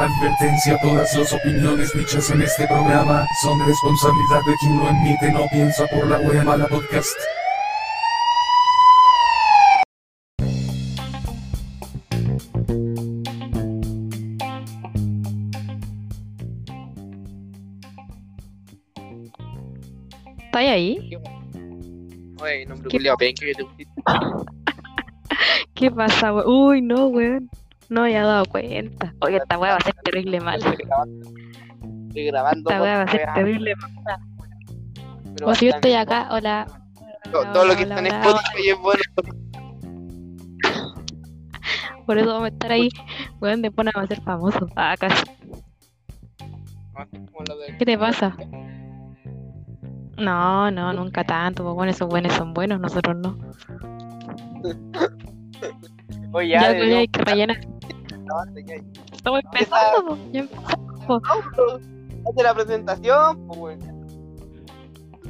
Advertencia, todas las opiniones dichas en este programa son responsabilidad de quien lo emite, no piensa por la wea mala podcast. ¿Estás ahí? Oye, nombre ¿Qué? culiao, penca que te pusiste. ¿Qué pasa, weón? Uy, no, weón. No me había dado cuenta. Oye, esta weá va a ser terrible mal. Estoy grabando. Estoy grabando. Esta weá va a con ser weá, terrible mal. pero O si yo bastante. estoy acá, hola. Todo, hola, todo lo que hola, está en hola, Spotify es bueno. hola. Por eso vamos a estar ahí. Weón, después nos vamos a ser famosos. Ah, casi. Como lo de- ¿Qué te pasa? No, no, nunca tanto. Pues bueno, esos buenos son buenos, nosotros no. Oye, Ya, ya, ya, de- ya hay que rellenar. no, ya, ya. Estamos empezando, po. Ya empezamos. Hazte la presentación, po, weón.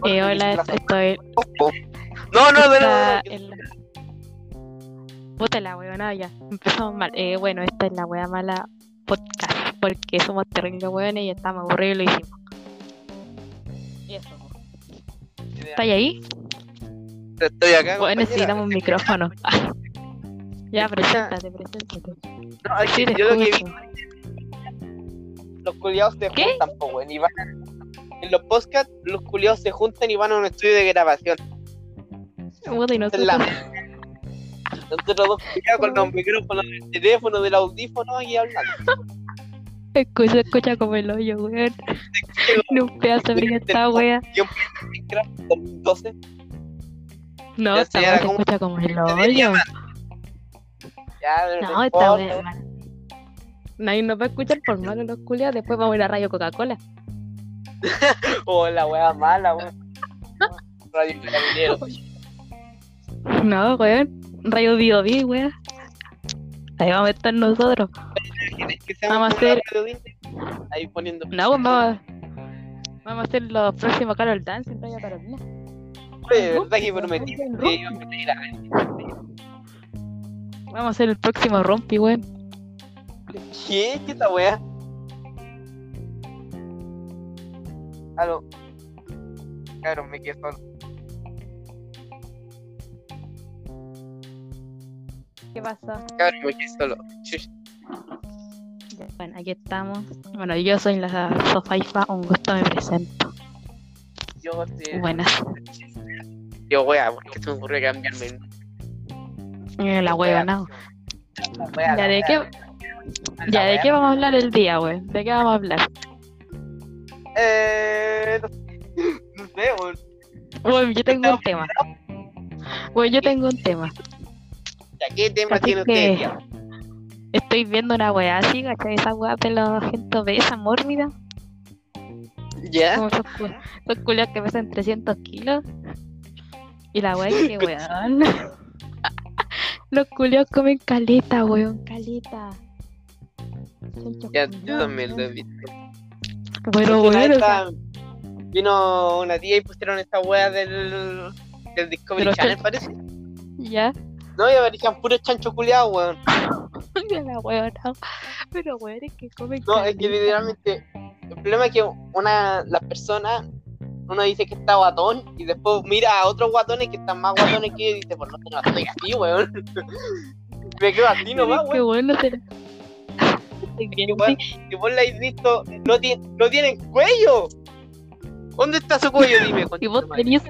Eh, hola, estoy. No, no, no, no, Está no, no. en la- Puta la huevona, ya. Empezamos mal. Eh, bueno, esta es la hueá mala podcast. Porque somos terribles hueones y estamos aburridos y lo hicimos. Y eso. ¿Está ahí? Estoy acá. Bueno, compañera. necesitamos un micrófono. ya, preséntate, preséntate. No, es Sí, que te yo lo que escucho. vi, los culiados se ¿Qué? juntan, po, weón. Y van a- En los podcasts, los culiados se juntan y van a un estudio de grabación. Puta, y Esa es la nosotros- Nosotros dos culiados con los micrófonos del teléfono, del audífono y hablando. Escucha, escucha como el hoyo, weón. No pedazo de esta wea. Entonces, No, Ya esta sé, wea era se como- escucha como el Debería hoyo. ya, de No, esta importa. wea. Nadie nos va a escuchar por malo los culiados. Después vamos a ir a Radio Coca-Cola. Oh, la wea mala, weón. Radio Carabinero. No, weón. Radio Bio Bio, weón. Ahí vamos a estar nosotros. Que se llama Vamos a hacer- Radio Disney. Ahí poniendo. No, weón, vamos a... Vamos a hacer los próximos Carol Dance en Radio Carolina. Oye, de verdad que prometí que iba a meter a Vamos a hacer el próximo Rompi, weón. ¿Qué? ¿Qué esta wea? Aló. Claro, me quedé solo. ¿Qué pasa? Claro, me quedé solo. Chuch. Bueno, aquí estamos. Bueno, yo soy la Sofaifa. Un gusto me presento. Yo te. Buenas. Yo wea, ¿por qué se me ocurrió cambiarme? el nombre? Eh, La Wea. weón, no. La Ya, wea, la ¿de wea. qué, La ya, ¿de wea. qué vamos a hablar el día, weón? ¿De qué vamos a hablar? Eh. no sé, No sé, weón. Weón, yo tengo un tema. Weón, yo tengo un tema. Ya, ¿Qué tema Así tiene que- usted, tía? Estoy viendo una weá así, ¿cachai? Esa weá de la gente obesa, mórbida. ¿Ya? ¿Ah? Como esos, cu- esos culiados que pesan 300 kilos. Y la weá es que, weón. Los culiados comen caleta, weón, caleta. Ya, yo también lo he visto. Bueno, Porque una weón, vez o sea, estaba- Vino una tía y pusieron esta wea del, del Discovery De los Channel, parece. ya. No, y aparecían puros chancho culiados, weón. Ya la weón, no. Pero weón, es que comen No, caleta. es que literalmente. El problema es que una las personas. Uno dice que está guatón y después mira a otros guatones que están más guatones que ellos y dice, por no, no estoy así, weón. Me quedo así Pero nomás, es que, weón. weón, no se- Que, weón, que vos la habéis visto, no, ti- no tienen cuello. ¿Dónde está su cuello? Dime, Y vos conchetumare. tenías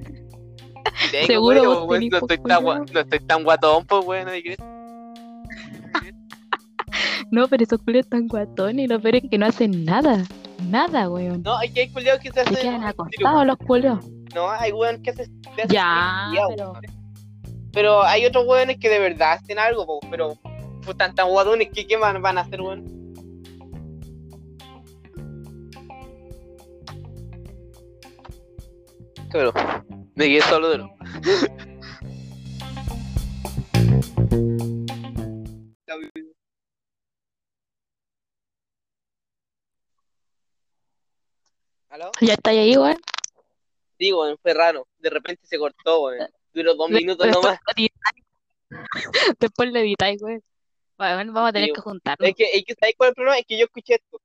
Tengo, Seguro pero, vos weón, tenés no, poco estoy tan, cuidado. gua- no estoy tan guatón, pues, weón. ¿no crees? No, pero esos culios están guatones y lo peor es que no hacen nada. Nada, weón. No, hay que hay culiados que se Se hacen. quedan cirugía. acostados los culios. No, hay weón que se. se hacen Ya, cirugía, pero- weón. Pero hay otros weones que de verdad hacen algo, po, pero pues, tan tan guatones que qué van, van a hacer, weón. Pero me quedé solo de lo. ¿Aló? Ya está ahí, weón. Sí, weón, fue raro. De repente se cortó, weón. Duró dos minutos Después nomás. lo editáis. Después lo editáis, weón. Weón, vamos a tener Sí, que juntarnos. Es que, es que ¿sabes cuál es el problema? Es que yo escuché esto.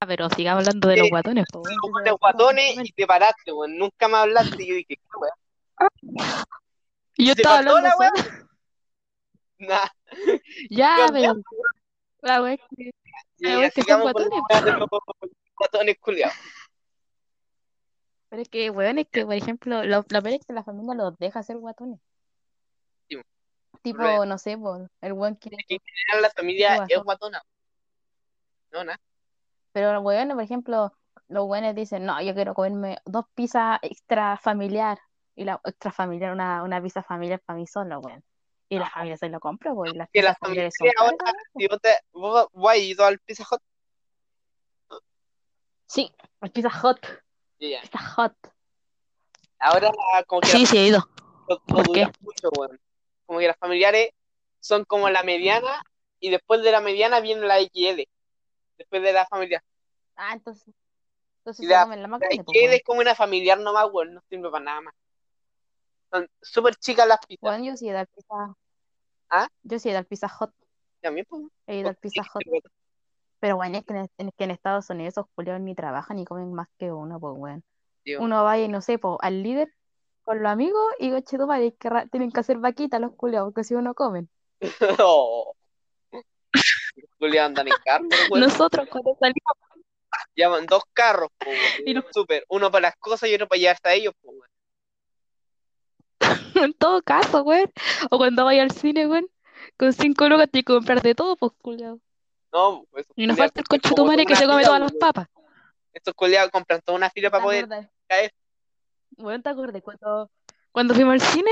Ah, pero sigamos hablando de los Eh, guatones, po, Tú weón. con los guatones y te paraste, weón. Nunca me hablaste. Y yo dije, ¿qué weón? Yo ¿Se estaba cortó hablando sola. la Nah. Ya, Dios mío, pero la weá es que- Y Ah, weón, que son sigamos con guatones, la weá de los guatones culiados. Pero es que, weón, es que, por ejemplo, lo, lo peor es que la familia los deja ser guatones. Sí, bueno. Tipo, Pero- no sé, po, el weón quiere. La familia Guatón. es guatona. No, nada. Pero los weones, por ejemplo, los weones dicen, no, yo quiero comerme dos pizzas extra familiar. Y la extra familiar, una, una pizza familiar para mí solo, weón. Y la familia se lo compra, weón. y Las Que la pizzas familiares son familia ahora, caras, weón. si vos te, vos, vos has ido al Pizza Hut, Sí, las pizza hot, ya, ya. pizza hot. Ahora, como que la Sí, sí, he ido. lo, lo ¿Por qué? dudas mucho, weón. Como que las familiares son como la mediana y después de la mediana viene la XL. Después de la familiar. Ah, entonces, entonces Y se la- comen la más La grande, po, XL es como una familiar nomás, weón. No sirve para nada más. Son súper chicas las pizzas. weón. Weón, yo sí he ido al pizza. ¿Ah? Yo sí he ido al pizza hot, También, pues, he ido al pizza hot. Pero bueno, es que en, es que en Estados Unidos esos culiados ni trabajan ni comen más que uno, pues weón. Sí, Uno va y no sé, pues al líder con los amigos y coche tu madre, que ra- tienen que hacer vaquita los culiados, porque si uno comen. Oh. Los culiados andan en carro, weón. Nosotros cuando salimos, Llevan dos carros, po, weón. Y los- Súper. Uno para las cosas y otro para llegar hasta ellos, po, weón. en todo caso, weón. O cuando vayas al cine, weón, con cinco lucas tienes que comprar de todo, pues culiado. No, pues, esos Y nos culiados falta el compran coche tu como madre que toda se una come fila, todas las Ah, weón. papas. Estos culiados compran toda una fila para ¿Te poder acordás? caer. Weón, ¿te acordás cuando, cuando fuimos al cine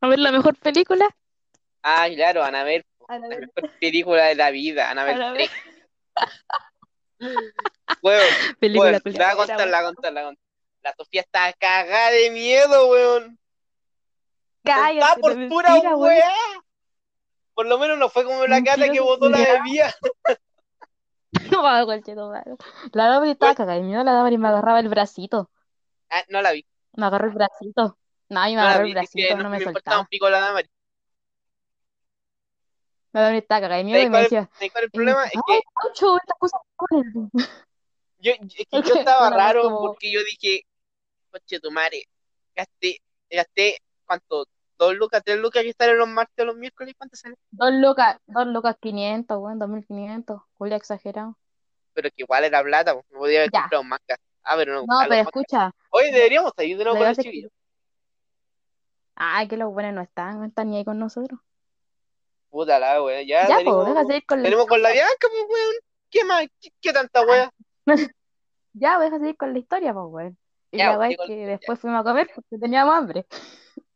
a ver la mejor película? Ah, claro, Anabel, po, A la la vez, mejor película de la vida, a Anabel la 3. vez. Weón, Película weón, la voy a culiao, contar, era, la voy a contar, la voy a contar. La Sofía está cagada de miedo, weón. Cállate, Está no por es pura mentira, weón. weá. Por lo menos no fue como la cata que Mentiroso botó la culiao. bebida. No va malo. La Dabri estaba cagada de miedo, la Dabri me agarraba el bracito. Ah, no la vi. Me agarró el bracito. No, y me No la agarró vi, el es que bracito, no no me me importaba un soltaba. pico la dama. La Dabri estaba cagada de miedo ¿Sabes y me cuál decía, ¿Sabes cuál es el eh, problema? Es que ay, Pancho, estas cosas ponen. yo, es que Es yo que estaba una vez raro como- porque yo dije, coche tu madre, gasté, gasté, ¿cuánto? ¿Dos lucas, tres lucas que salen los martes o los miércoles? ¿Cuánto salen? Dos lucas, dos lucas 500, weón, 2500. Julia, exagerado. Pero que igual era plata, pues, me podía haber Ya. comprado manga. Ah, pero no. No, a los pero mangas. escucha. Hoy deberíamos salir de nuevo la con los verdad es que- chiquillos. Ay, que los buenos no están, no están ni ahí con nosotros. Puta la wea, ya Ya, pues, tenemos, déjate ir con la tenemos con la Bianca, pues weón. ¿Qué más? ¿Qué, qué tanta wea? Ya, pues, déjate ir con la historia, pues, weón. Y Ya, la pues, weá es digo, que después fuimos a comer porque teníamos hambre.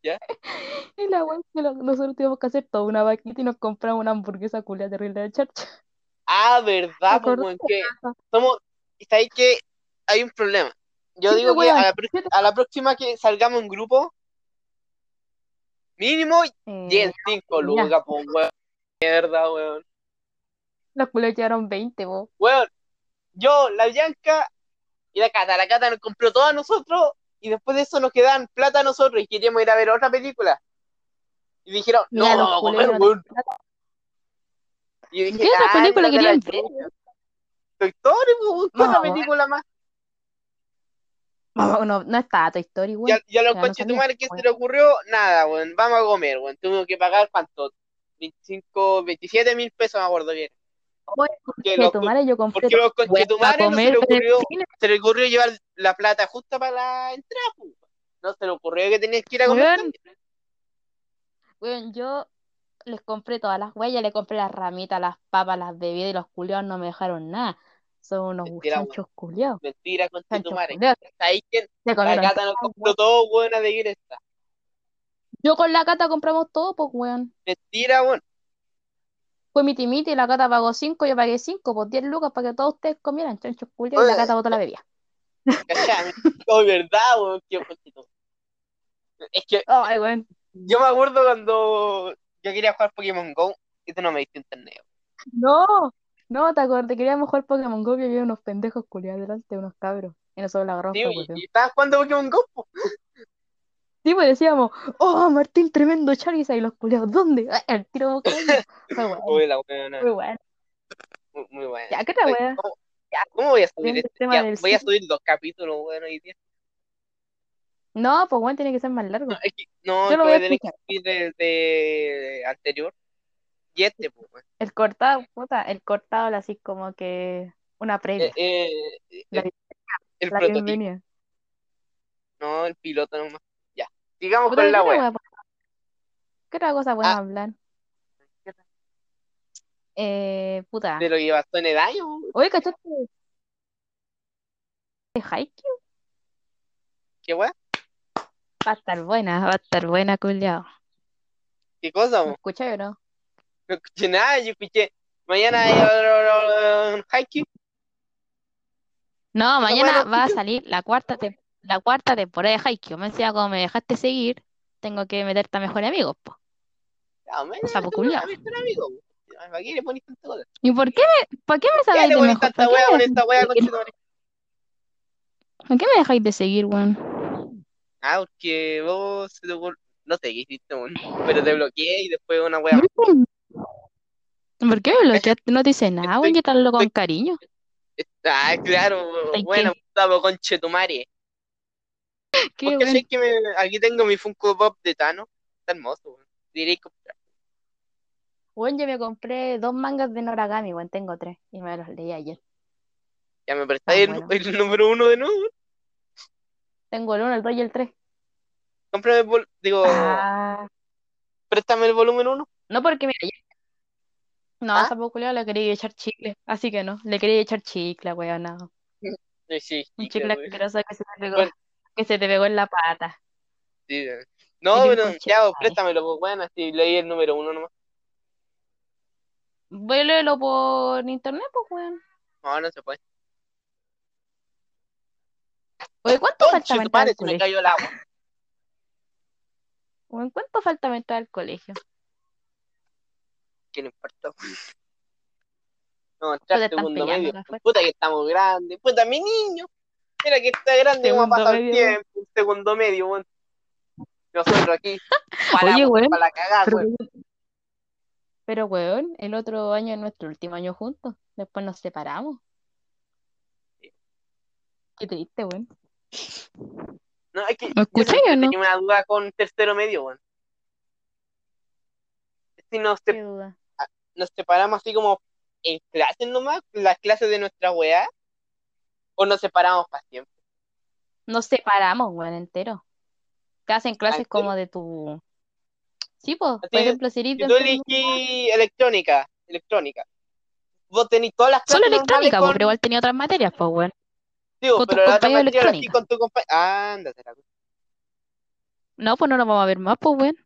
Ya. Y la weá es que lo- nosotros tuvimos que hacer toda una vaquita y nos compramos una hamburguesa culia terrible de charcha. Ah, verdad, pues acordás? weón, que somos, está ahí que hay un problema. Yo Sí, digo pues, que weón, a la, pro- yo te- a la próxima que salgamos en grupo, mínimo Eh, lleguen 5 mira. lucas, pues weón. Mierda, weón. los culiados llevaron 20, vos. Weón, yo, la Bianca y la Cata. La Cata nos compró todo a nosotros y después de eso nos quedaban plata a nosotros y queríamos ir a ver otra película. Y dijeron, no, Mira, los vamos a comer, culeros. weón. Y yo dije, ¿Qué otra "Ah, película hijos de querían la ver? chucha". Doctores, pues, weón, ¿qué No, otra weón. película más? No, no, no está Toy Story, weón. Ya, ya los Ya no coches sabía, tu madre, ¿qué weón. se le ocurrió? Nada, weón, vamos a comer, weón. Tuvimos que pagar, ¿cuánto? 25, 27 mil pesos, me acuerdo bien. Oye, Porque de los, tu madre yo compré porque los coches tu weón, para madre no se comer le en el ocurrió cine, se le ocurrió llevar la plata justa para la entrada, pu. No se le ocurrió que tenías que ir a comer Weón. también. weón. Yo les compré todas las huellas, le compré las ramitas, las papas, las bebidas y los culiados no me dejaron nada. Son unos Mentira, weón. chanchos culiados. Mentira, conche tu Chanchos madre. culiados. Ahí que Se la comieron gata nos compró todo, weón, a de ir esta. Yo con la cata compramos todo, pues, weón. Mentira, weón. Fue miti miti, la cata pagó 5, yo pagué 5, pues 10 lucas para que todos ustedes comieran chanchos culiados y la Oye. cata botó la bebida. Cachai. No, es verdad, weón. Qué conche tu- Es que Ay, weón. yo me acuerdo cuando yo quería jugar Pokémon Go y tú no me diste internet. weón. No, no, te acordé, queríamos jugar Pokémon Go y había unos pendejos culiados delante, unos cabros. Y nosotros la agarramos Sí, para y, hueveo. pues. y estabas jugando Pokémon Go, pu. Sí, pues decíamos, oh, Martín, tremendo Charizard y los culeados, ¿dónde? Ay, al tiro buscando. Fue bueno, Uy, la weona. fue bueno. Muy, muy buena. Ya, ¿qué otra Oye, wea? ¿cómo, ya, ¿cómo voy a subir Viendo el este? tema Ya, del voy a cine. subir dos capítulos, weón, hoy día. No, pues bueno, tiene que ser más largo. No, es que, no, Yo es lo voy que voy a a tener que escuchar. subir del de anterior. Y este, pues, weón. El cortado, puta, el cortado, era así como que una previa, Eh, eh, eh, La- el, el la prototipo, bienvenida. no el piloto nomás. Ya. Sigamos Puta, con ¿qué la otra wea. Ah. wea podemos- ¿Qué otra cosa podemos hablar? Eh, puta. De lo que pasó en el año. Oye, ¿cachaste? de Haikyuu? ¿Qué weá? Va a estar buena, va a estar buena, culiao. ¿Qué cosa, ¿Me weón? escuchas o no? No escuché nada, yo escuché. Mañana hay otro- otro- Haikyuu. No, Esa wea mañana no va a escuché. salir la cuarta, tem- la cuarta temporada de Haikyuu. Me decía, como me dejaste seguir, tengo que meterte a mejor amigos, po. Ya, Ah, mañana O sea, tú po, vas culiao. a meter amigo, weón. Ya, ¿Para qué le pones tanta cosa? ¿Y por qué, por qué me ¿Qué sacáis le de pones mejor? tanta ¿Por qué wea me con dejáis esta wea, de seguir? conchetumare? ¿Por qué me dejáis de seguir, weón? Ah, porque vos se te ocur- No sé qué hiciste, weón. Pero te bloqueé y después una wea. ¿Por qué me bloqueaste? No te hice nada, weón. Estoy- Yo te hablo con estoy- cariño. Ah, claro, ¿Sabes bueno, qué? Gustavo, conchetumare. Vos ¿Qué, cachái weón? que me- aquí tengo mi Funko Pop de Thanos. Está hermoso, weón. Diréis comprar. Weón, yo me compré dos mangas de Noragami, weón. Tengo tres y me los leí ayer. Ya me prestáis Tan el, bueno. el número uno de nuevo. Tengo el uno, el dos y el tres. Cómprame el vol- digo, Ah. préstame el volumen uno. No, porque mira, yo- no, ¿Ah? esa popular le quería echar chicle, así que no, le quería echar chicle, weón, no. Sí, sí, Un chicle, chicle weón. asqueroso que se te pegó, Bueno, que se te pegó en la pata. sí, weón. Y No, yo pero escuché, ya, vos, madre. préstamelo, pues bueno, así leí el número uno nomás. Voy a leerlo por internet, pues, weón. No, no se puede. Oye, ¿cuánto falta para entrar al Conchetumare, se me colegio? cayó el agua. Weón, ¿cuánto falta para entrar al colegio? ¿Qué le importa? No, entrar Pues están segundo peleando medio. la fuerza. Puta que estamos grandes. Puta, mi niño. Mira que está grande, cómo ha Segundo pasado el medio, weón. tiempo. Un segundo medio, weón. Nosotros aquí paramos Oye, weón, para la cagada, pero, weón. pero, weón, el otro año es nuestro último año juntos. Después nos separamos. Qué triste, weón. No, es que ¿Me yo escuchas siempre o no? tenía una duda con tercero medio, weón. Si nos, Qué se- duda. nos separamos así como en clases nomás, las clases de nuestra weá, o nos separamos para siempre. Nos separamos, weón, entero. Te hacen clases Así, como de tu... Sí, pues, por así, ejemplo, si eres si de tú enfermería, elegís electrónica, electrónica, vos tenés todas las solo clases normales electrónica, pues, con pero igual tenía otras materias, pues, weón. Digo, Con tus pero la otra compañeros materia la sí electrónica. con tu compañero. Ándate, la cosa. No, pues no nos vamos a ver más, pues, weón.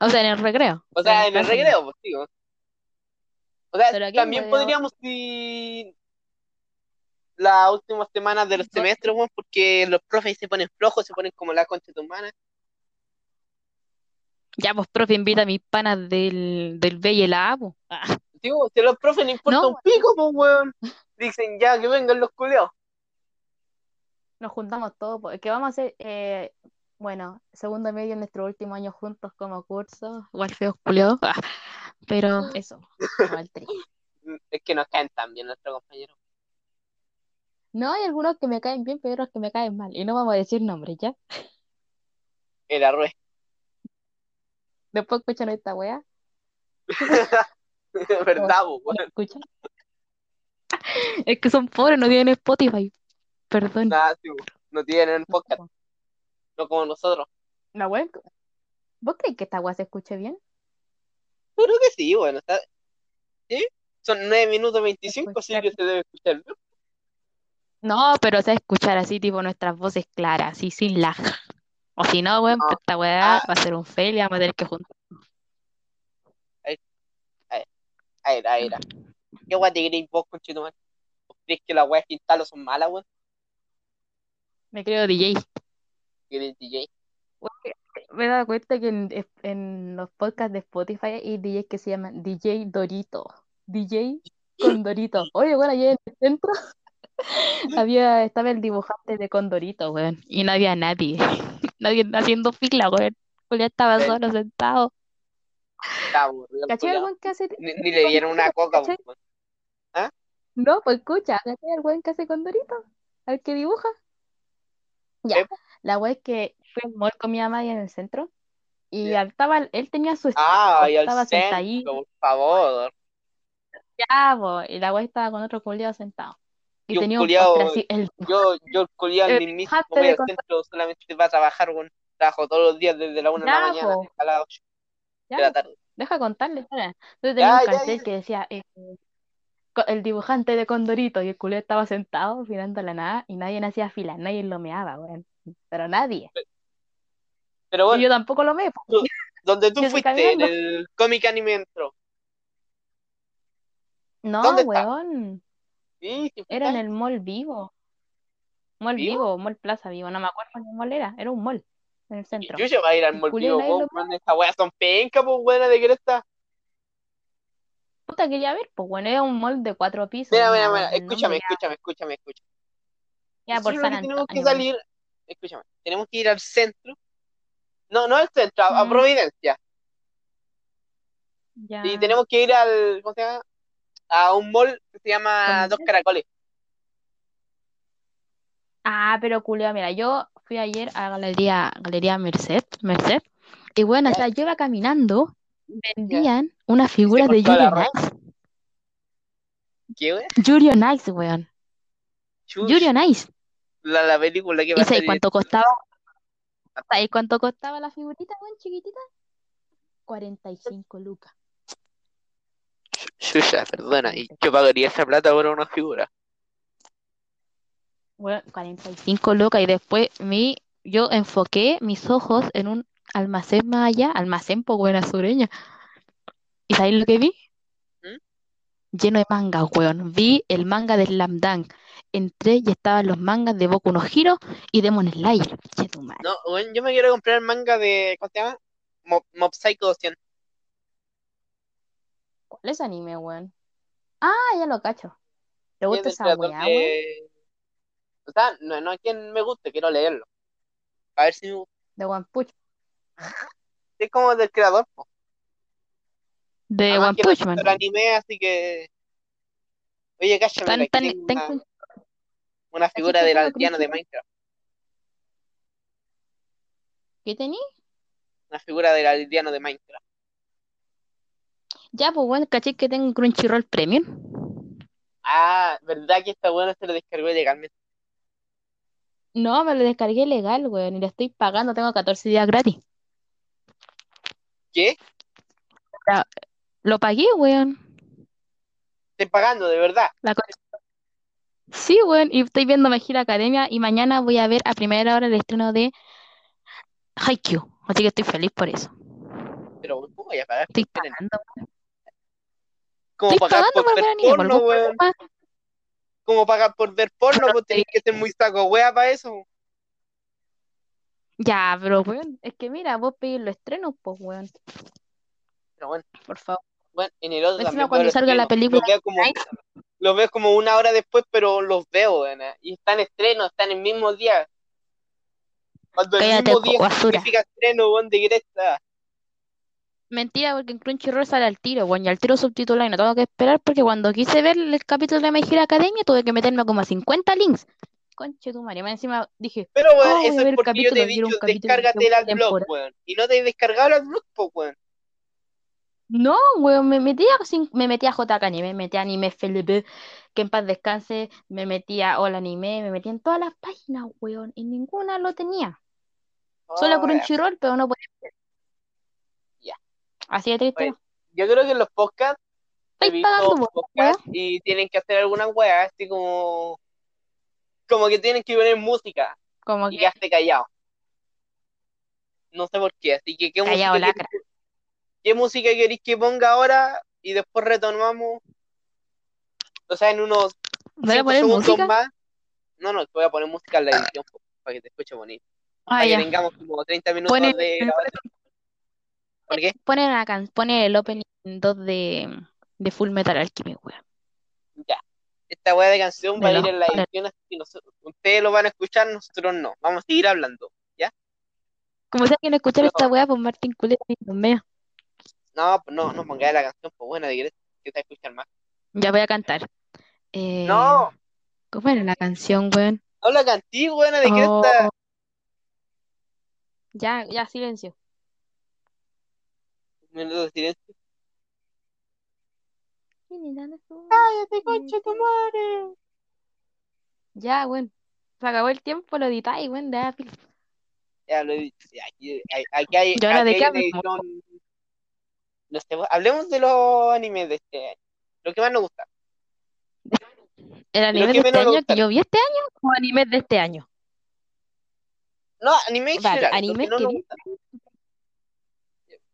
O sea, en el recreo, O pero en sea, las en el clases no. recreo, pues, digo. O sea, Pero aquí en también hueveo, podríamos ir las últimas semanas de los dos- semestres, weón, porque los profes se ponen flojos, se ponen como la concha de tu hermana. Ya, pues, profe, invita a mis panas del, del B y el A, pues. Ah, Digo, si a los profes les importa No, un pico, pues, weón. Dicen, ya, que vengan los culeos. nos juntamos todos, pues. Que vamos a hacer, eh, bueno, segundo y medio en nuestro último año juntos como curso. Igual feos culiados. Ah, pero eso, igual triste. Mm, Es que nos caen tan bien nuestros compañeros. No, hay algunos que me caen bien, pero otros que me caen mal. Y no vamos a decir nombres, ¿ya? El arroz. Después escuchan esta wea. o ¿Verdad, pues, ¿No weón? escuchan? Es que son pobres, no tienen Spotify. Perdón. Nada, sí, weón. No tienen podcast, no como nosotros. La wea, ¿vos crees que esta wea se escuche bien? Yo creo que sí, bueno, está... ¿Sí? Son 9 minutos 25, Pues, así Escuchar. que se debe escuchar bien. No, pero o sea, escuchar así, tipo, nuestras voces claras, así, sin lag. O si no, weón, No, esta weá ah, va a ser un fail y vamos a tener que juntar. ahí, ahí, ahí, era, ahí era. ¿Qué guay te creéis vos, conchetumar? ¿Vos crees que las weas que instalo son malas, weón? Me creo DJ. ¿Que eres DJ? Weón, Me he dado cuenta que en, en los podcasts de Spotify hay DJs que se llaman DJ Dorito. DJ con Dorito. Oye, bueno, ayer en el centro. Había, estaba el dibujante de Condorito, weón. Y no había nadie. Nadie haciendo fila, weón. Julián estaba Sí. solo sentado. Está aburrido, ¿Cachai culiao. el weón que hace? Ni, ni le dieron una coca, ¿Cachai? weón. No, pues escucha, ¿cachai el weón que hace Condorito? Al que dibuja. Ya. Sí, La weón es que fui al mall con mi mamá y en el centro. Y Ya. estaba, él tenía su Ah, y al estaba sentadito. centro, por favor. Ya, po, y la weá estaba con otro culiado sentado. Y Y un tenía un culiao- postre así, el Yo, yo el culiao Eh, al mismo dejaste voy de al contar. centro solamente para trabajar, weón. Trabajo todos los días desde la una de la Ya, mañana po. a las ocho ya, de la tarde. deja contarle, espera. Entonces tenía un Ya, ya, cartel ya. que decía eh, co- el dibujante de Condorito y el culiao estaba sentado mirando a la nada y nadie le hacía fila, nadie lo meaba, weón. Pero nadie. Pero Y bueno, yo tampoco lo meo. po. donde tú yo estoy fuiste, en caminando. el cómic anime entró. No, ¿Dónde está? weón. Sí, sí, Era en fue. el mall vivo. Mall ¿Vivo? vivo, mall plaza vivo. No me acuerdo qué mall era. Era un mall en el centro. Yo ya voy a ir al El mall culiao vivo, nadie weón, lo weón, Esta weá son penca, pues, buena de cresta. Puta, quería ver, pues bueno, era un mall de cuatro pisos. Mira, no me mira, acuerdo mira. el Escúchame, nombre, ya- escúchame, escúchame, escúchame. ya por Nosotros San lo que tenemos que Antonio, weón. salir, escúchame, tenemos que ir al centro, no, no al centro, a, a Mm. Providencia, y Ya. tenemos que ir al, ¿cómo se llama? A un mall que se llama Dos ¿Providencia? Caracoles. Ah, pero culio, mira, yo fui ayer a Galería, Galería Merced, Merced, y bueno, o Ya. sea, yo iba caminando, vendían unas figuras de cortó la Yuri on rama? Ice. ¿Qué, güey? Yuri on Ice, weón. Chuch, Yuri on Ice. la, la película que va ¿Y a sabes salir. cuánto costaba? ¿Sabes cuánto costaba la figurita, weón, chiquitita? 45 lucas. Chucha, perdona, y yo pagaría esa plata por una figura. Weón, 45 lucas. Y después mi, yo enfoqué mis ojos en un almacén más allá, almacén poco buena sureña. ¿Y sabéis lo que vi? lleno de mangas, weón. Vi el manga de Slam Dunk. Entré y estaban los mangas de Boku no Hero y Demon Slayer. Che, tu madre. No, güey, yo me quiero comprar el manga de, ¿cómo se llama? Mob, Mob Psycho 200. ¿Cuál es anime, weón? Ah, ya lo cacho. ¿Te que es gusta del esa creador weá, de- weón? O sea, no, no es quien me guste, quiero leerlo. A ver si me gusta. De One Punch. Es como del creador, po. De Además One que no Punch he Man. visto el anime, así que... Oye, cállame, Tan, aquí tengo tan, tan una, cun- una figura ¿Cachai del que tengo aldeano de crítica? Minecraft. ¿Qué tení? Una figura del aldeano de Minecraft. Ya, pues, weón, caché que tengo Crunchyroll Premium. Ah, ¿verdad que esta buena se lo descargó ilegalmente? No, me lo descargué legal, weón, y lo estoy pagando. Tengo 14 días gratis. ¿Qué? Lo pagué, weón. Estoy pagando, de verdad. La cosa- Sí, weón, y estoy viendo My Hero Academia y mañana voy a ver a primera hora el estreno de Haikyuu, así que estoy feliz por eso. Pero, ¿cómo voy a pagar? Estoy Esperen, pagando, ¿Cómo estoy pagar pagando por por ver ver anime, por porno, algún weón? problema. ¿Cómo pagar por ver porno? Vos tenés que ser muy saco wea para eso. Ya, pero weón, es que mira, vos pedís los estrenos, pues weón, Pero bueno, por favor. bueno, en el otro Encima también cuando veo los salga la estrenos. película Los veo como, los veo como una hora después, pero los veo, weón. Y están estrenos, están el mismo día. Cuando el Cállate, mismo po, día basura. significa estreno, weón, de Greta. Mentira, porque en Crunchyroll sale al tiro, weón, y al tiro subtitulado y no tengo que esperar porque cuando quise ver el capítulo de My Hero Academia tuve que meterme como a 50 links. Conche tu madre, más encima dije, Pero, weón, oh, voy eso a es ver el porque yo te he capítulo y era dicho, un capítulo de descárgate el una AdBlock, temporada. weón. Y no te has descargado el AdBlock, po, weón. No, weón, me metí a, cin- me metí a JK Anime, me metí a Anime FLB, que en paz descanse, me metí a Hola Anime, me metí en todas las páginas, weón, y ninguna lo tenía. Solo Oh, ya. Crunchyroll, pero no podía. Ya. Así de triste. Oye, ¿no? Yo creo que en los podcasts he Estáis visto pagando, vos, podcasts y tienen que hacer alguna weá, así como, como que tienen que poner música Como y que quedaste callado. No sé por qué, así que qué música, callado queréis- lacra. qué música queréis que ponga ahora y después retomamos, o sea, en unos ¿Voy a 5 poner segundos música? más. No, no, te voy a poner música en la edición po, para que te escuche bonito. Ah, Para que ya. tengamos como 30 minutos Pone, de grabación. ¿Por qué? pone, una can- pone el opening 2 de, de Full Metal Alchemy, weón. Ya. esta weá de canción va a De ir los en la Juanes. edición así. nosotros- ustedes lo van a escuchar, nosotros no. Vamos a seguir hablando. Como sea que no escuchar No. esta wea, pues Martín Culé, Dios mío. No, pues no, no pongáis la canción, pues buena, de que te escuchan Eh. más. Ya voy a cantar. Eh, No, ¿Cómo era la canción, weón? no la cantí, buena, de que Oh. Ya, ya, silencio. Minuto de silencio. Cállate, concha tu Ya, weón. Se acabó el tiempo, lo editáis, weón, de Apple. Ya lo he dicho. Ya, Aquí, hay- aquí hay, ¿Y ahora aquí de qué hay una hablamos? edición- No sé, pues, hablemos de los animes de este año. Lo que más nos gusta. El anime que de este menos me año que gustaron. yo vi este año o anime de este año. No, anime en Vale, general, lo animes no que nos vi- gusta.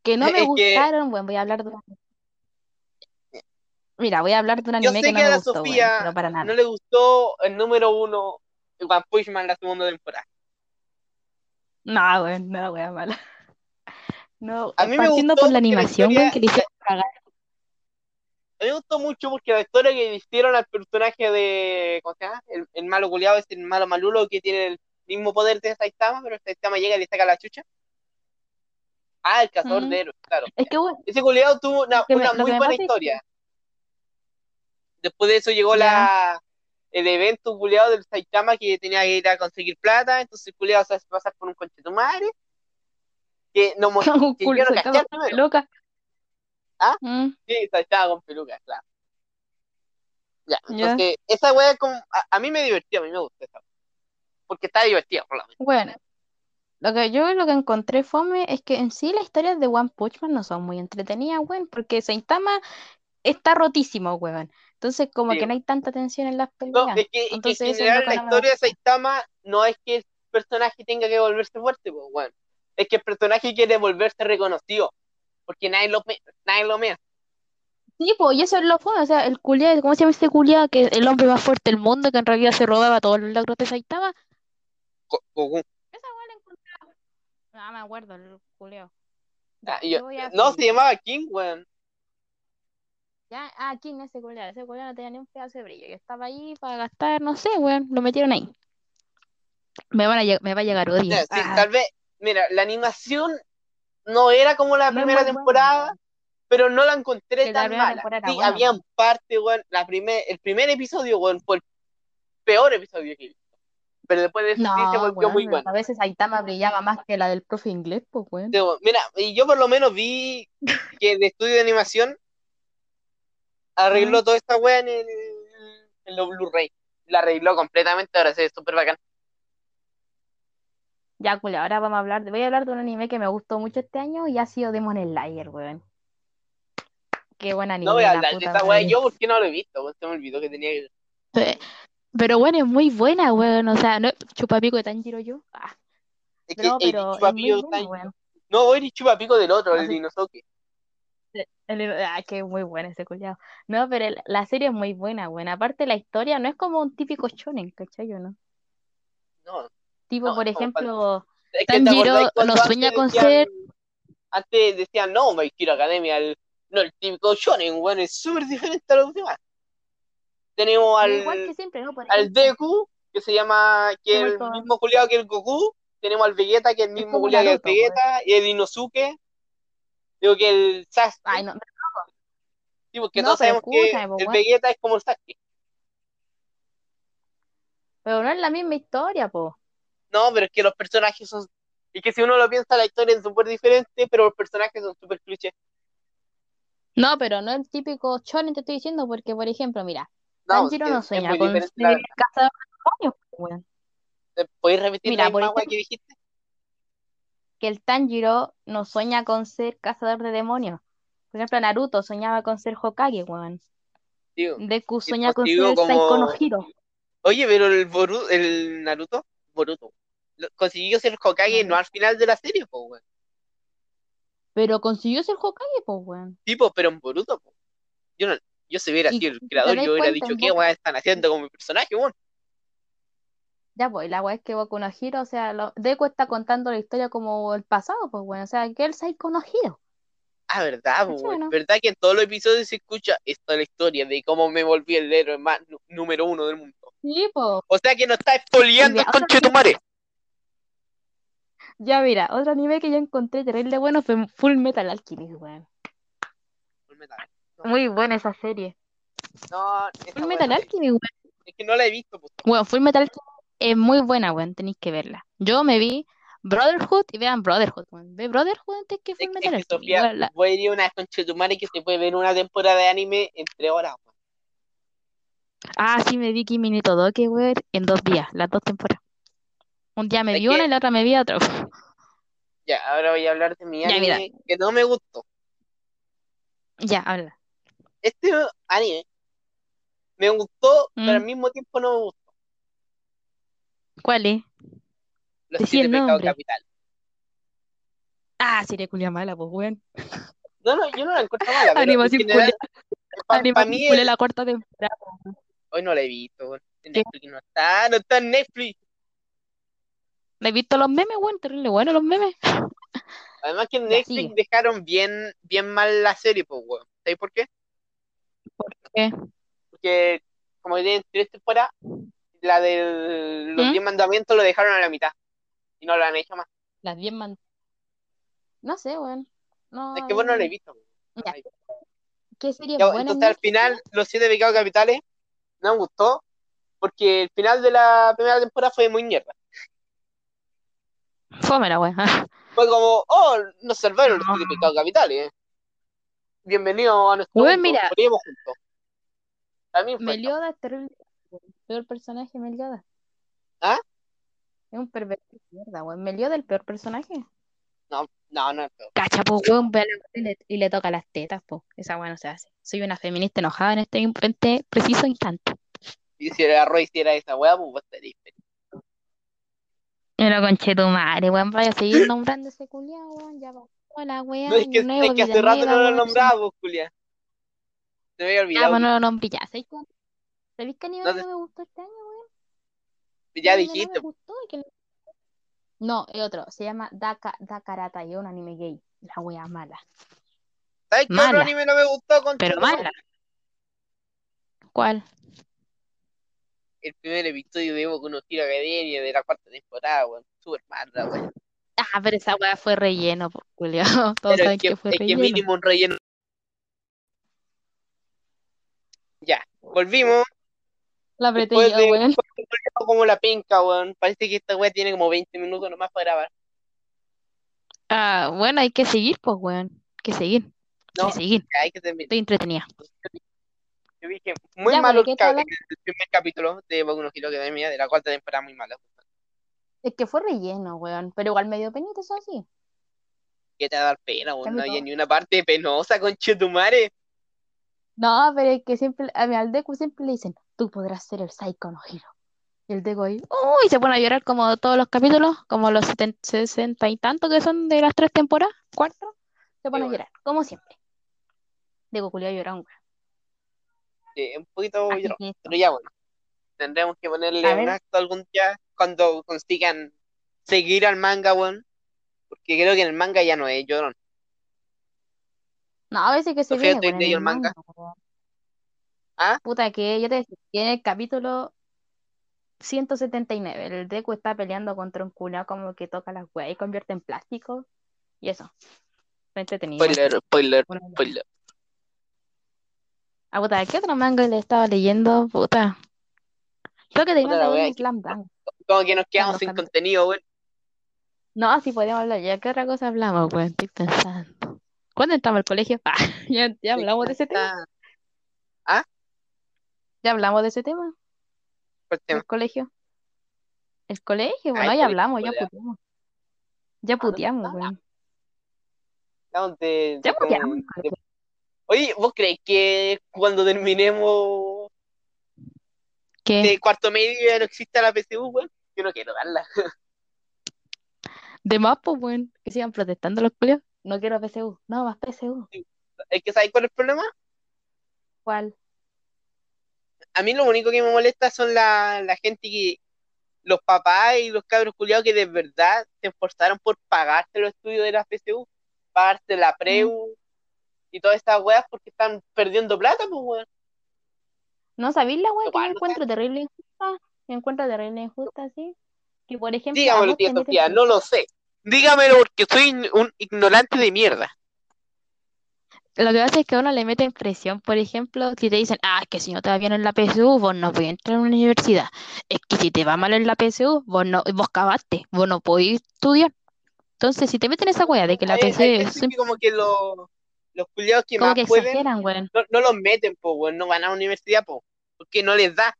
Que no me Es que- gustaron, weón, voy a hablar de un Mira, voy a hablar de un Yo anime sé que no que a me la gustó, weón, Sofía pero para nada. No le gustó el número uno, One Punch Man, la segunda temporada. No, weón, no, weón, mala. No, A mí me gustó partiendo por la porque la animación, historia- weón, que le hicieron cagar. A mí me gustó mucho porque la historia que le hicieron al personaje de. ¿Cómo se llama? El, el malo culiado es el malo malulo que tiene el mismo poder de Saitama, pero Saitama llega y le saca la chucha. Ah, el cazador Ujú. de héroes, claro. Es que, weón, Ese culiado tuvo una, Lo que me- una lo que muy me buena pasa es historia. Después de eso llegó Ya. la el evento culiado del Saitama que tenía que ir a conseguir plata, entonces el culiado se hace pasar por un conchetumare que no mostró un que culo yo no sacado caché de primero. loca. ¿Ah? Mm, Sí, saltaba con peluca, claro. Ya, Ya. entonces, esa wea como, a, a mí me divertió, a mí me gustó esa wea. Porque está divertida, por la menos. bueno, lo que yo lo que encontré fome es que en sí las historias de One Punch Man no son muy entretenidas, weón, porque Saitama está rotísimo, weón. Entonces, como Sí, que weón. no hay tanta tensión en las No, peleas. es que Entonces, en eso es general lo la que no me historia de Saitama no es que el personaje tenga que volverse fuerte, pues, weón. Es que el personaje quiere volverse reconocido. Porque nadie lo, me- nadie lo mea. Sí, pues, y eso es lo fome, o sea, el culiado, ¿cómo se llama este culiado? Que el hombre más fuerte del mundo, que en realidad se robaba todos los logros de Saitama. Go- Goku. Esa weá la encontraba. No Ah, me acuerdo, el culiado. Ah, Ya, y yo- yo voy a no, se seguir. llamaba King, weón. Ya, ah, ¿quién es ese culiado? Ese culiado no tenía ni un pedazo de brillo. Yo estaba ahí para gastar, no sé, weón. Lo metieron ahí. Me van a lleg- me va a llegar odio. Ya, sí, Ah, tal vez, mira, la animación no era como la no es primera muy bueno, temporada. weón. pero no la encontré Que la tan primera mala. temporada era Sí, buena, habían po. partes, weón. La primer, el primer episodio, weón, fue el peor episodio que he visto. Pero después de eso sí se No, volvió muy weón, bueno. a veces Saitama brillaba más que la del profe inglés, pues, weón. Sí, weón. Mira, y yo por lo menos vi que el estudio de animación arregló toda esta weá en, el, en los Blu-ray. La arregló completamente, ahora se ve súper bacán. Ya, culiao, ahora vamos a hablar, de- voy a hablar de un anime que me gustó mucho este año y ha sido Demon Slayer, weón. Qué buen anime, No voy a la hablar de puta esa weá madre. yo porque no lo he visto, weón. Se me olvidó que tenía que. Eh, Pero bueno, es muy buena, weón. O sea, no chupapico de Tanjiro yo. Ah, Es que no, E, el pero es muy chupapico buena, está- weón. No, voy el chupapico del otro, el Así- dinosaurio. El- ah, que es muy buena ese culiao. No, pero el- la serie es muy buena, weón. Aparte, la historia no es como un típico shonen, ¿cachai o no? No, Tipo, No, por es como ejemplo, Es que te Tanjiro acordás cuando no antes sueña con decían- ser- Antes decían, no, My Hero Academia, el, no, el típico shonen, weón, es súper diferente a los demás. Tenemos pero al, igual que siempre, ¿no? Por al ejemplo, Deku, que se llama, que es Como el el co- mismo culiado que el Goku. Tenemos al Vegeta, que es el mismo como culiado que el Naruto, pues. weón. Vegeta. Y el Inosuke, digo que el Sasuke. Ay, no, sí, porque no, todos pero sabemos que escúchame, po, el weón. Vegeta es como el Sasuke. pero no es la misma historia, po. No, pero es que los personajes son. Y que si uno lo piensa, la historia es súper diferente, pero los personajes son súper clichés. No, pero no el típico shonen te estoy diciendo, porque, por ejemplo, mira, No, Tanjiro es, no es sueña muy con diferente. ser cazador de demonios, po, weón. ¿Podéis repetir Mira, la por misma weá ejemplo, que dijiste? que el Tanjiro no sueña con ser cazador de demonios. Por ejemplo, Naruto soñaba con ser Hokage, weón. Tío. Deku Sí, mm, sueña pues, con digo, ser como- Psycho no Hiro. Oye, pero el Boru, el Naruto, Boruto, lo- consiguió ser Hokage Ujú. no al final de la serie, po, weón. Pero consiguió ser Hokage, pues, weón. Tipo, pero en Boruto, po. Yo no, yo si hubiera Y sido el si te creador, dais yo hubiera cuenta, dicho, en ¿qué Boku- weón están haciendo con mi personaje, weón? Ya, pues, la weá es que Boku no Hiro, o sea, lo- Deku está contando la historia como el pasado, pues, weón. O sea, que él Psycho no Hiro. Ah, verdad, Sí, weón. bueno. Verdad que en todos los episodios se escucha esta la historia de cómo me volví el héroe más nu- número uno del mundo. Sí, pues. po. O sea que no está espoleando Ya, el otra conchetumare. Ya mira, otro anime que yo encontré terrible bueno fue Full Metal Alchemist, weón. Muy buena esa serie. No, esa Full weá Metal no la he- Alchemist, weón. es que no la he visto, pues. Weón, Full Metal Alchemist es muy buena, weón. Tenéis que verla. Yo me vi Brotherhood y vean Brotherhood, weón. Ve Brotherhood antes que Es, Full es Metal que Alchemist. Sofía, weón, la- voy a ir a una conchetumare que se puede ver una temporada de anime en tres horas, weón. Ah, sí, me vi Kimi no Todoke, weón, en dos días, las dos temporadas. Un día me Es vi una que- y la otra me vi otra. Ya, ahora voy a hablar de mi Ya, anime mira. que no me gustó. Ya, habla. Este anime me gustó, pero al Mm. mismo tiempo no me gustó. ¿Cuál es? Los Decí el siete pecados nombre. capitales. Ah, sería culia mala, pues, weón. No, no, yo no la encuentro mala, pero en Animación general, pa- pa' Animación mí culia es- la cuarta temporada. Hoy no la he visto, weón. En ¿Qué? Netflix no está, Ah, no está en Netflix. ¿Has visto los memes, weón? Terrible, bueno, los memes. Además que en Ya, Netflix sigue. dejaron bien, bien mal la serie, pues, weón. ¿Sabes por qué? ¿Por qué? Porque como tienen tres temporadas, la de los ¿Mm? diez mandamientos lo dejaron a la mitad. Y no lo han hecho más. Las 10 man... No sé, weón. No, Es que vos no la he eh, visto. weón. No Ya. la he visto. ¿Qué serie Ya, es buena en entonces al Netflix, final, los siete pecados capitales no me gustó. Porque el final de la primera temporada fue muy mierda. weón? Fómela, weón. Fue como, oh, nos salvaron los No. siete pecados capitales. eh. Bienvenido a nuestro Weón, mundo, mira. moriremos juntos. También fue Melioda es terrible, weón. Peor personaje, Melioda. ¿Ah? Es un pervertido de mierda, weón. Melioda el peor personaje. No, no, no. Cacha, pues, weón, ve a la weón y le, y le toca las tetas, pues. Esa weón no se hace. Soy una feminista enojada en este, in- en este preciso instante. Y si el Roy hiciera esa weá, pues vos estarías feliz. Pero conche tu madre, weón, vaya a seguir nombrando ese culiao, weón. Ya va. Hola, weón. No, es que, nuevo, es que hace vida rato nueva, no lo weón, nombraba vos, Julia. Te había Ah, olvidado. bueno, no lo nombré ya. ¿Sabéis cuál- ¿Sabéis qué anime No te- no me gustó este año, weón? Ya El anime no me dijiste, pues, gustó y que le- No, el otro. Se llama Daka, Dakarata y es un anime gay. La wea mala. ¿sabes qué otro Mala. anime no me gustó con Pero mala. ¿Cuál? El primer episodio de Boku no Hero Academia de la cuarta temporada, weón. Súper mala, weón. Ah, pero esa wea fue relleno, por Julio. Pero Todos saben es que, que fue es que relleno. mínimo un relleno. Ya, volvimos. La apreté Después yo, de weón. después de volver como la penca, weón. Parece que esta weá tiene como 20 minutos nomás para grabar. Ah, bueno, hay que seguir, pues, weón. Hay que seguir. Hay que No, seguir. ya hay que terminar. Estoy entretenida. Yo dije, muy Ya, malo ¿de qué el, ca- tal? el primer capítulo de Boku no Hero Academia de la cuarta temporada, muy malo. Es que fue relleno, weón. Pero igual me dio penita, eso sí. que te va a dar pena, weón. No Cambio había todo. ni una parte penosa, conchetumare. No, pero es que siempre, a mi al Deku siempre le dicen, tú podrás ser el Psycho no Hero. Y el Deku ahí, uy, se pone a llorar como todos los capítulos, como los seten- sesenta y tanto que son de las tres temporadas, cuatro, se pone a bueno. llorar, como siempre. Deku culiao llorón, weón. Sí, Eh, un poquito Así llorón. que eso. Pero ya, bueno. Tendremos que ponerle A un ver. acto algún día cuando consigan seguir al manga, weón. Porque creo que en el manga ya no es llorón. No, a veces que se Sofía, viene, ¿tú has weón, en leído el el manga? manga, weón. ¿Ah? Puta que yo te decía, que en el capítulo 179, el Deku está peleando contra un culiao como que toca las weas y convierte en plástico. Y eso. Está entretenido. Spoiler, spoiler, Bueno, spoiler. Ah, puta, ¿qué otro manga le estaba leyendo? Puta. Creo que tenía Puta la que wea, leer Slam Dunk. Como que nos quedamos los sin capítulos. contenido, weón. No, sí podemos hablar ya. ¿Qué otra cosa hablamos, weón? Estoy pensando. ¿Cuándo entramos al colegio? Ah, ya, ya hablamos de ese tema. Ah, Ya hablamos de ese tema. ¿cuál pues, tema? El colegio. El colegio, Ah, bueno, el ya colegio, hablamos, ya pues. weón. puteamos. Ah, Ya puteamos, weón. Hablamos de- Ya de como- puteamos. de- Oye, ¿vos crees que cuando terminemos ¿Qué? de cuarto medio ya no exista la PCU, weón? Yo no quiero darla. De más, pues, weón. Que sigan protestando los culios. No quiero PSU. No, más PSU. Es que ¿sabes cuál es el problema? ¿Cuál? A mí lo único que me molesta son la, la gente que, los papás y los cabros culiados que de verdad se esforzaron por pagarse los estudios de la PSU, pagarse la PREU, y todas estas weas porque están perdiendo plata, pues weón. ¿No sabéis la weá que Igual, yo no encuentro terrible injusta? Yo encuentro terrible injusta, sí. Que por ejemplo. a Dígamelo, vos tía este tenés Sofía, el- no lo sé. Dígamelo porque soy in- un ignorante de mierda. Lo que pasa es que a uno le meten presión, por ejemplo, si te dicen, ah, es que si no te va bien en la PSU, vos no podés entrar a la universidad. Es que si te va mal en la PSU, vos no, vos cavaste, vos no podés estudiar. Entonces, si te meten esa wea de que la Hay- hay PSU es gente que como que lo- los culiados que como más que pueden exageran, weón. no, no los meten, po, weón, no van a la universidad, po, porque no les da.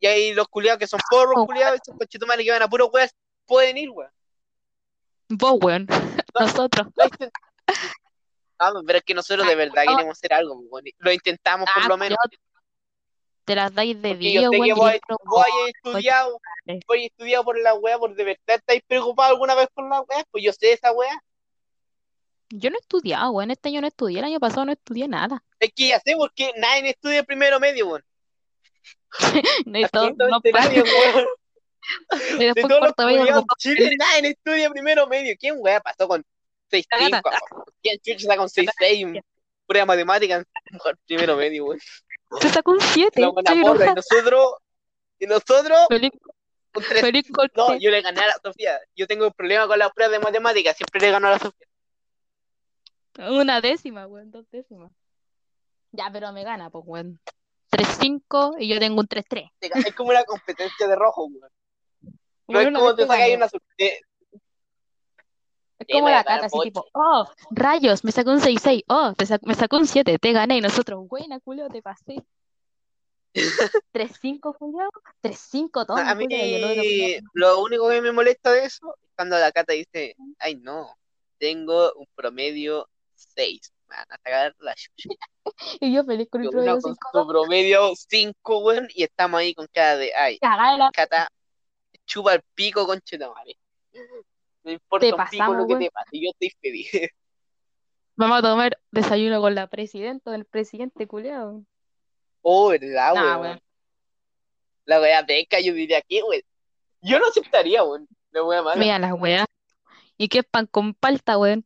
Y hay los culiados que son porros, Oh. culiados, esos conchetumares que van a puro weas, pueden ir, weón. Vos, weón. Nosotros. Lo inten- Ah, pero es que nosotros de verdad no. queremos hacer algo, po, weón. Lo intentamos por Ah, lo menos. culiao, Te las dais de Porque yo vivo, sé weón. que y vos, le entro- vos hayas estudiado, madre. vos hayas estudiado por la wea, por de verdad estáis preocupados alguna vez por la wea, pues yo sé esa wea. Yo no he estudiado, weón. Este año no estudié, el año pasado no estudié nada. Es que ya sé porque nadie estudia el primero medio, weón. No, y todo, Absolutamente no pa- nadie, weón. y De después todos los cuarto medio, culiados como, en Chile, nadie estudia primero medio. ¿Quién wea pasó con 6-5? ¿Quién chucha está con 6-6? Pura matemática, mejor primero medio, weón. se sacó un 7. La buena porra. Y nosotros, y nosotros, Feliz, un 3 feliz corte. No, yo le gané a la Sofía. Yo tengo un problema con las pruebas de matemáticas. Siempre le gano a la Sofía. Una décima, weón, dos décimas. Ya, pero me gana, pues, weón. 3-5 y yo tengo un 3-3. Te ga- Es como una competencia de rojo, weón. No es Bueno, como una te vez te sacáis gano. una sorpresa. Es Sí, como me la gana cata, así por tipo, oh, rayos, me sacó un 6-6, oh, te sac- me sacó un 7, te gané. Y nosotros, buena, culo, te pasé. 3-5, culo, 3-5, todo. A mí, lo único que me molesta de eso es cuando la Cata dice: Ay, no, tengo un promedio 6. Me van a sacar la chucha. Y yo feliz con el Yo, promedio una con 5. su promedio 5, weón. Y estamos ahí con cara de: Ay, Cagá de la Cata, chupa el pico, conchetamare. No importa Te un pico pasamos, lo que weón. te pase. Yo estoy feliz. Vamos a tomar desayuno con la presidenta del presidente, culiao. Oh, ¿verdad, Nah, weón? weón. La wea peca, yo diría aquí, weón. Yo no aceptaría, weón. La wea mala. Mira las weas. ¿Y qué es pan con palta, weón?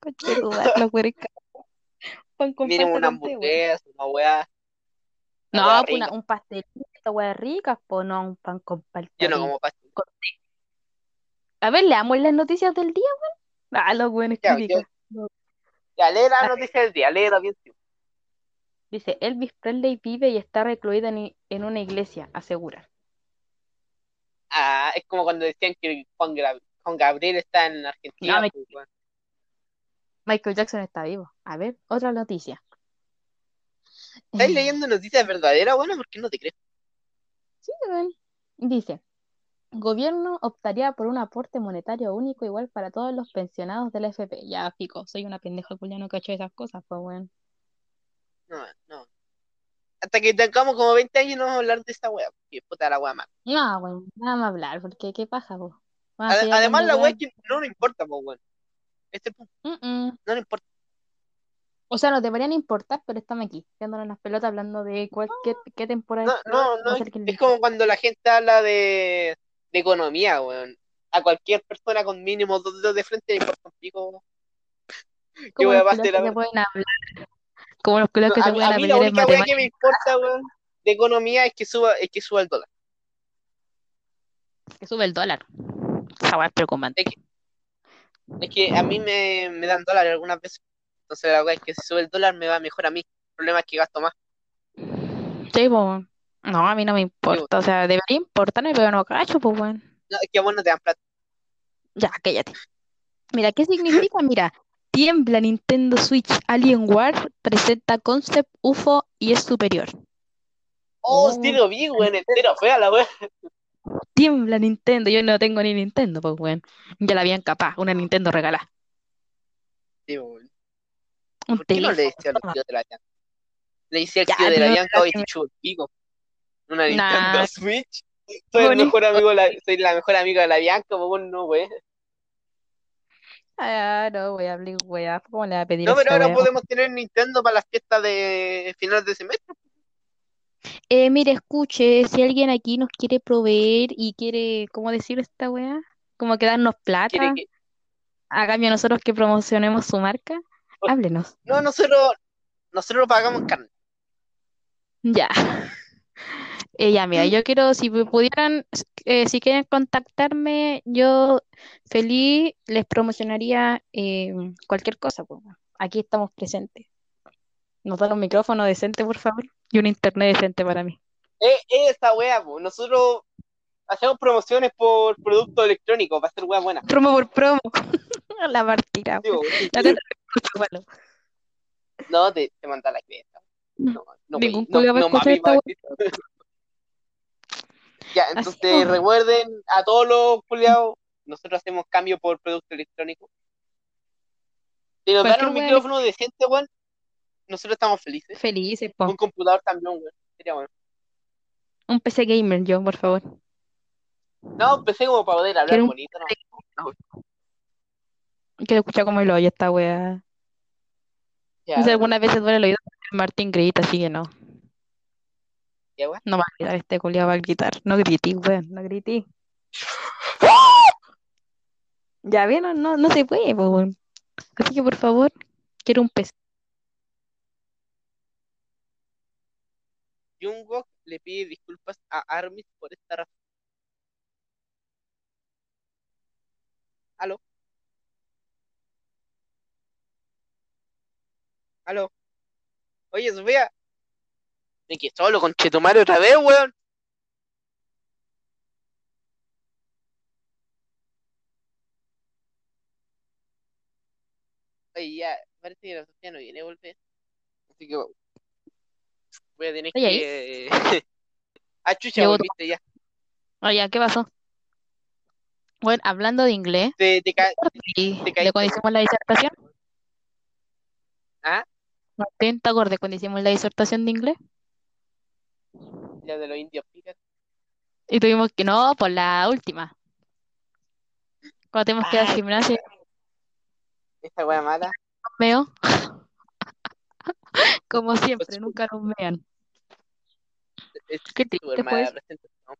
Conche tu madre, los weones cagados. Pan con Miren palta una con té, weón. hamburguesa, una wea. una No, wea pues una- rica. un pastelito, weas ricas, pues no, un pan con palta Yo no rico. como pastel. A ver, leamos las noticias del día, weón. Ah, los weones Ya, críticos. Ya, lee la noticia del día, lee la bien. tío. Dice, Elvis Presley vive y está recluido en, i- en una iglesia, asegura. Ah, es como cuando decían que Juan, Gra- Juan Gabriel está en Argentina. No, me- pues, weón. Michael Jackson está vivo. A ver, otra noticia. ¿Estáis Eh, leyendo noticias verdaderas, bueno? ¿Por qué no te crees? Sí, weón. Dice, gobierno optaría por un aporte monetario único igual para todos los pensionados de la FP. Ya, pico, soy una pendeja culia, no cacho esas cosas, pues, weón. No, no. Hasta que tengamos como 20 años no vamos a hablar de esta wea. Porque puta la wea mala. No, weón, nada más hablar, porque qué paja, vos. Más Ade- allá Además, Ah, cuando, la wea weón, es que no nos importa, pues, weón. Este punto, mm, mm. no nos importa. O sea, nos deberían importar, pero estamos aquí, dándonos las pelotas hablando de cuál, qué, qué temporada No, es peor, no, no, va a es, ser que el- es como cuando la gente habla de, de economía, weón. A cualquier persona con mínimo dos dedos de frente le importa un pico. weón. como voy a los culiaos pasar la que se wea. pueden hablar, como los culiaos que No, se a, mí- pueden a mí la pelear en única weá que matemáticas. me importa, weón, de economía es que suba, es que suba el dólar. Que sube el dólar. Esa weá es preocupante. Es que a mí me, me dan dólares algunas veces. Entonces la weá es que si sube el dólar me va mejor a mí. El problema es que gasto más. Sí, po, weón. No, a mí no me importa. O sea, debería importarme, pero no cacho, pues, weón. No, es que a vos no te dan plata. Ya, cállate. Mira, ¿qué significa? Mira, tiembla Nintendo Switch Alienware, presenta concept UFO y es superior. Oh, Oh. sí lo vi, weón, entero, fea la weá. Tiembla Nintendo, yo no tengo ni Nintendo, pues, weón. Ya la habían capaz, una Nintendo regalada. Sí, weón. Un ¿Por qué no le teléfono. decía al tío de la Bianca? Le decía al Ya, tío de no, la no, Bianca, hoy que te me- chupo el pico. Una Nah. Nintendo Switch. Soy el Bonito. mejor amigo de la, soy la mejor amiga de la Bianca, vos no, güey. Ah, no, voy a hablar, weá. ¿Cómo le voy a pedir No, a pero esa ahora weá? podemos tener Nintendo para las fiestas de final de semestre. Eh, mire, escuche, si alguien aquí nos quiere proveer y quiere, ¿cómo decir esta weá? Como que darnos Quiere plata que- a cambio de nosotros que promocionemos su marca. Háblenos. No, nosotros, nosotros lo pagamos en carne. Ya. Eh, ya, mira, yo quiero, si me pudieran, eh, si quieren contactarme, yo feliz les promocionaría eh, cualquier cosa. pues, weón. Aquí estamos presentes. Nos dan un micrófono decente, por favor, y un internet decente para mí. Es es Eh, esa wea, po. Nosotros hacemos promociones por producto electrónico para hacer wea buena. Promo por promo. La partida. Sí, po. La teta de- bueno. No, te, te manda la cresta. No, no, Ningún no, culiao va a no, escuchar mami, esta va a decir. Ya, entonces es. recuerden a todos los culiados, nosotros hacemos cambio por producto electrónico. Si nos dan Cualquier un wea micrófono decente, weón, nosotros estamos felices. Felices, po. Un computador también, weón. Sería bueno. Un PC gamer, yo, por favor. No, empecé como para poder hablar Quiero un- bonito, ¿no? Quiero escuchar cómo lo oye esta wea. Ya, No sé, algunas veces duele el oído, Martín grita, así que no. ya, weón. No va a gritar, este culiao va a gritar. No grití, weón, no grití. Ya vieron, no, no se puede, po, weón. Así que por favor, quiero un PC. Jungkook le pide disculpas a Armis por esta razón. Aló. Aló. Oye, Sofía. Me quedé solo con Chetumare otra vez, weón. Oye, ya, parece que la Sofía no viene a volver. Así que voy a tener Oye, ahí. que. ah, chucha, Llevo- volviste ya. Oye, ¿qué pasó? Bueno, hablando de inglés, Te, te ca- y de caíste. cuando hicimos la disertación. ¿Ah? Martín, ¿te acuerdas cuando hicimos la disertación de inglés? la de los indios picas. Y tuvimos que, no, por la última. Cuando tenemos que ir al Ah, gimnasio, Esta wea mala. meo. Como Pues siempre, nunca nos mean. Es Qué triste súper fue mala eso. presentación.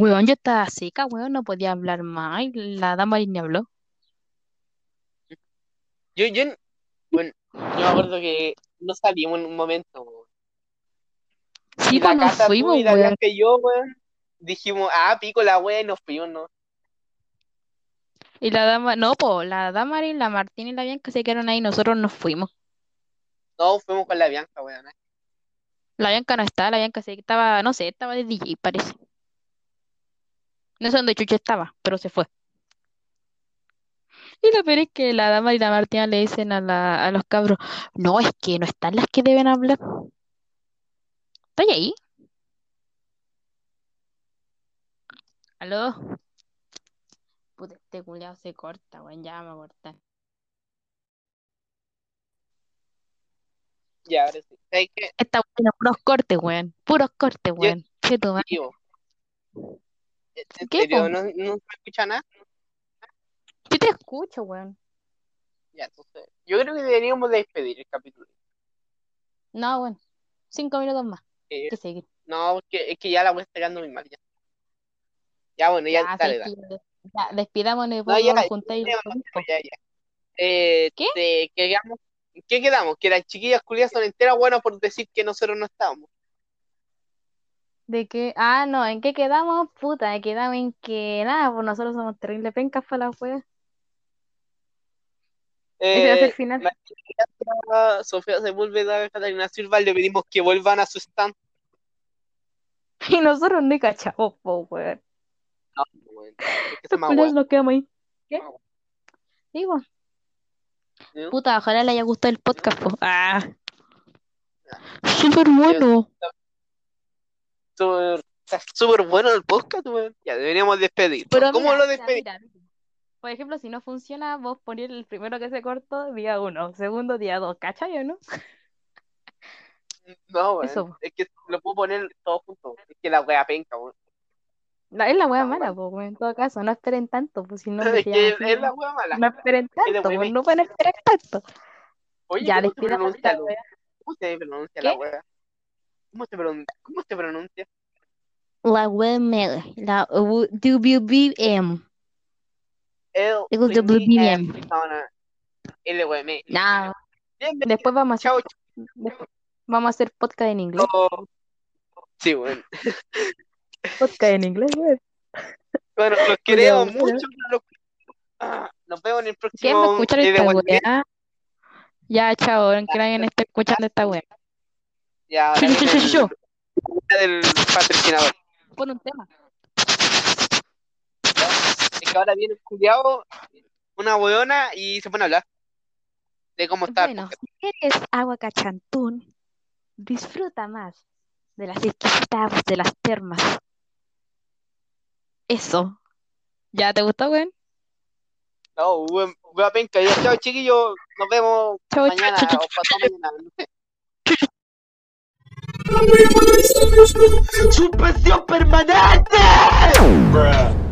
Weón, yo estaba seca, weón, no podía hablar más. y La dama ni habló. Yo, yo, bueno, yo me acuerdo que no salimos en un momento. weón. Sí, Y la pues nos Cata, tú fuimos, y la weón. Bianca y yo, weón, dijimos, ah, pico la wea y nos fuimos, ¿no? Y la dama, no, pues, la dama y la Martín y la Bianca se quedaron ahí, nosotros nos fuimos. No, fuimos con la Bianca, weón. ¿eh? La Bianca no está, la Bianca se estaba, no sé, estaba de DJ, parece. No sé dónde Chucha estaba, pero se fue. Y lo peor es que la dama y la Martina le dicen a, la, a los cabros, no, es que no están las que deben hablar. ¿Estoy ahí? ¿Aló? Puta, este culiao se corta, weón, ya me va a cortar. Ya, ahora sí. ¿Sabes qué? Esta weón, puros cortes, weón, puros cortes, weón. Che, tu madre. Digo, ¿en en Ah. ¿Qué, serio? po? ¿No, no se escucha nada? Yo te escucho, weón. Ya, entonces, yo creo que deberíamos despedir el capítulo. No, bueno, cinco minutos más. Eh, Hay que seguir. no, porque es que ya la wea está quedando muy mal, ya. Ya, bueno, ya, Ya, dale, sí, dale. sí, de- ya, despidámonos y después ya, nos pues. juntáis ya, los grupos. Ya, ya. Eh, ¿Qué? te- que digamos- ¿Qué quedamos? Que las chiquillas culias son enteras buenas por decir que nosotros no estábamos. ¿De qué? Ah, no, ¿en qué quedamos? Puta, quedamos en que nada, pues nosotros somos terribles pencas para la wea. Ese va a ser el Eh, final. Margarita, Sofía Sepúlveda, Catalina Silva, le pedimos que vuelvan a su stand. Y nosotros no cachamos, po, weón. No, bueno, es que son más Por eso buenas. nos quedamos ahí. ¿Qué? Ah, bueno. Digo. ¿Sí? Puta, ojalá le haya gustado el podcast, po. Ah. Súper bueno. Súper- Está súper bueno el podcast, weón. Ya, deberíamos despedir. Pero ¿Cómo mira, lo mira, despedimos? mira, mira. Por ejemplo, si no funciona, vos poner el primero que se cortó, día uno, segundo, día dos, ¿cachai o no? No, weón. Eso. Es que lo puedo poner todo junto. Es que la wea penca, weón. La- es la wea No, mala, bueno. po, weón, en todo caso, no esperen tanto, pues si no Es pues, que se llama es, así, es la ¿no? wea mala. No esperen Y tanto, después pues, me- no pueden esperar tanto. Oye, Ya, ¿cómo se despidamos pronuncia esta lo- wea. ¿Cómo se pronuncia ¿Qué? la wea? ¿Cómo se pronuncia? ¿Cómo se pronuncia? La wea mega, la W- WBM. El Digo, Lingui WBM. Air Persona. LWM. No, Bienvenido. Después vamos a hacer, Chao, después vamos a hacer podcast en inglés. chicos. Sí, bueno. podcast en inglés, weón. Bueno, los Culeado, queremos mucho. los- Ah, Nos vemos en el ¿Quién va a próximo escuchar video esta de Walkie. weá? Ya, chao, que nadie esté escuchando esta weá. Ya, Sí, sí, sí, sí, yo. del patrocinador. Pon un tema. Es que ahora viene un culiao, una weona y se pone a hablar de cómo está. Bueno, si quieres agua cachantún, disfruta más de las exquisitas aguas de las termas. Eso. ¿Ya te gustó, weón? No, weón, wea penca. Ya, chao, chiquillos. Nos vemos Chao, chao, mañana chao, chao. o pasado mañana. ¡Suspensión permanente!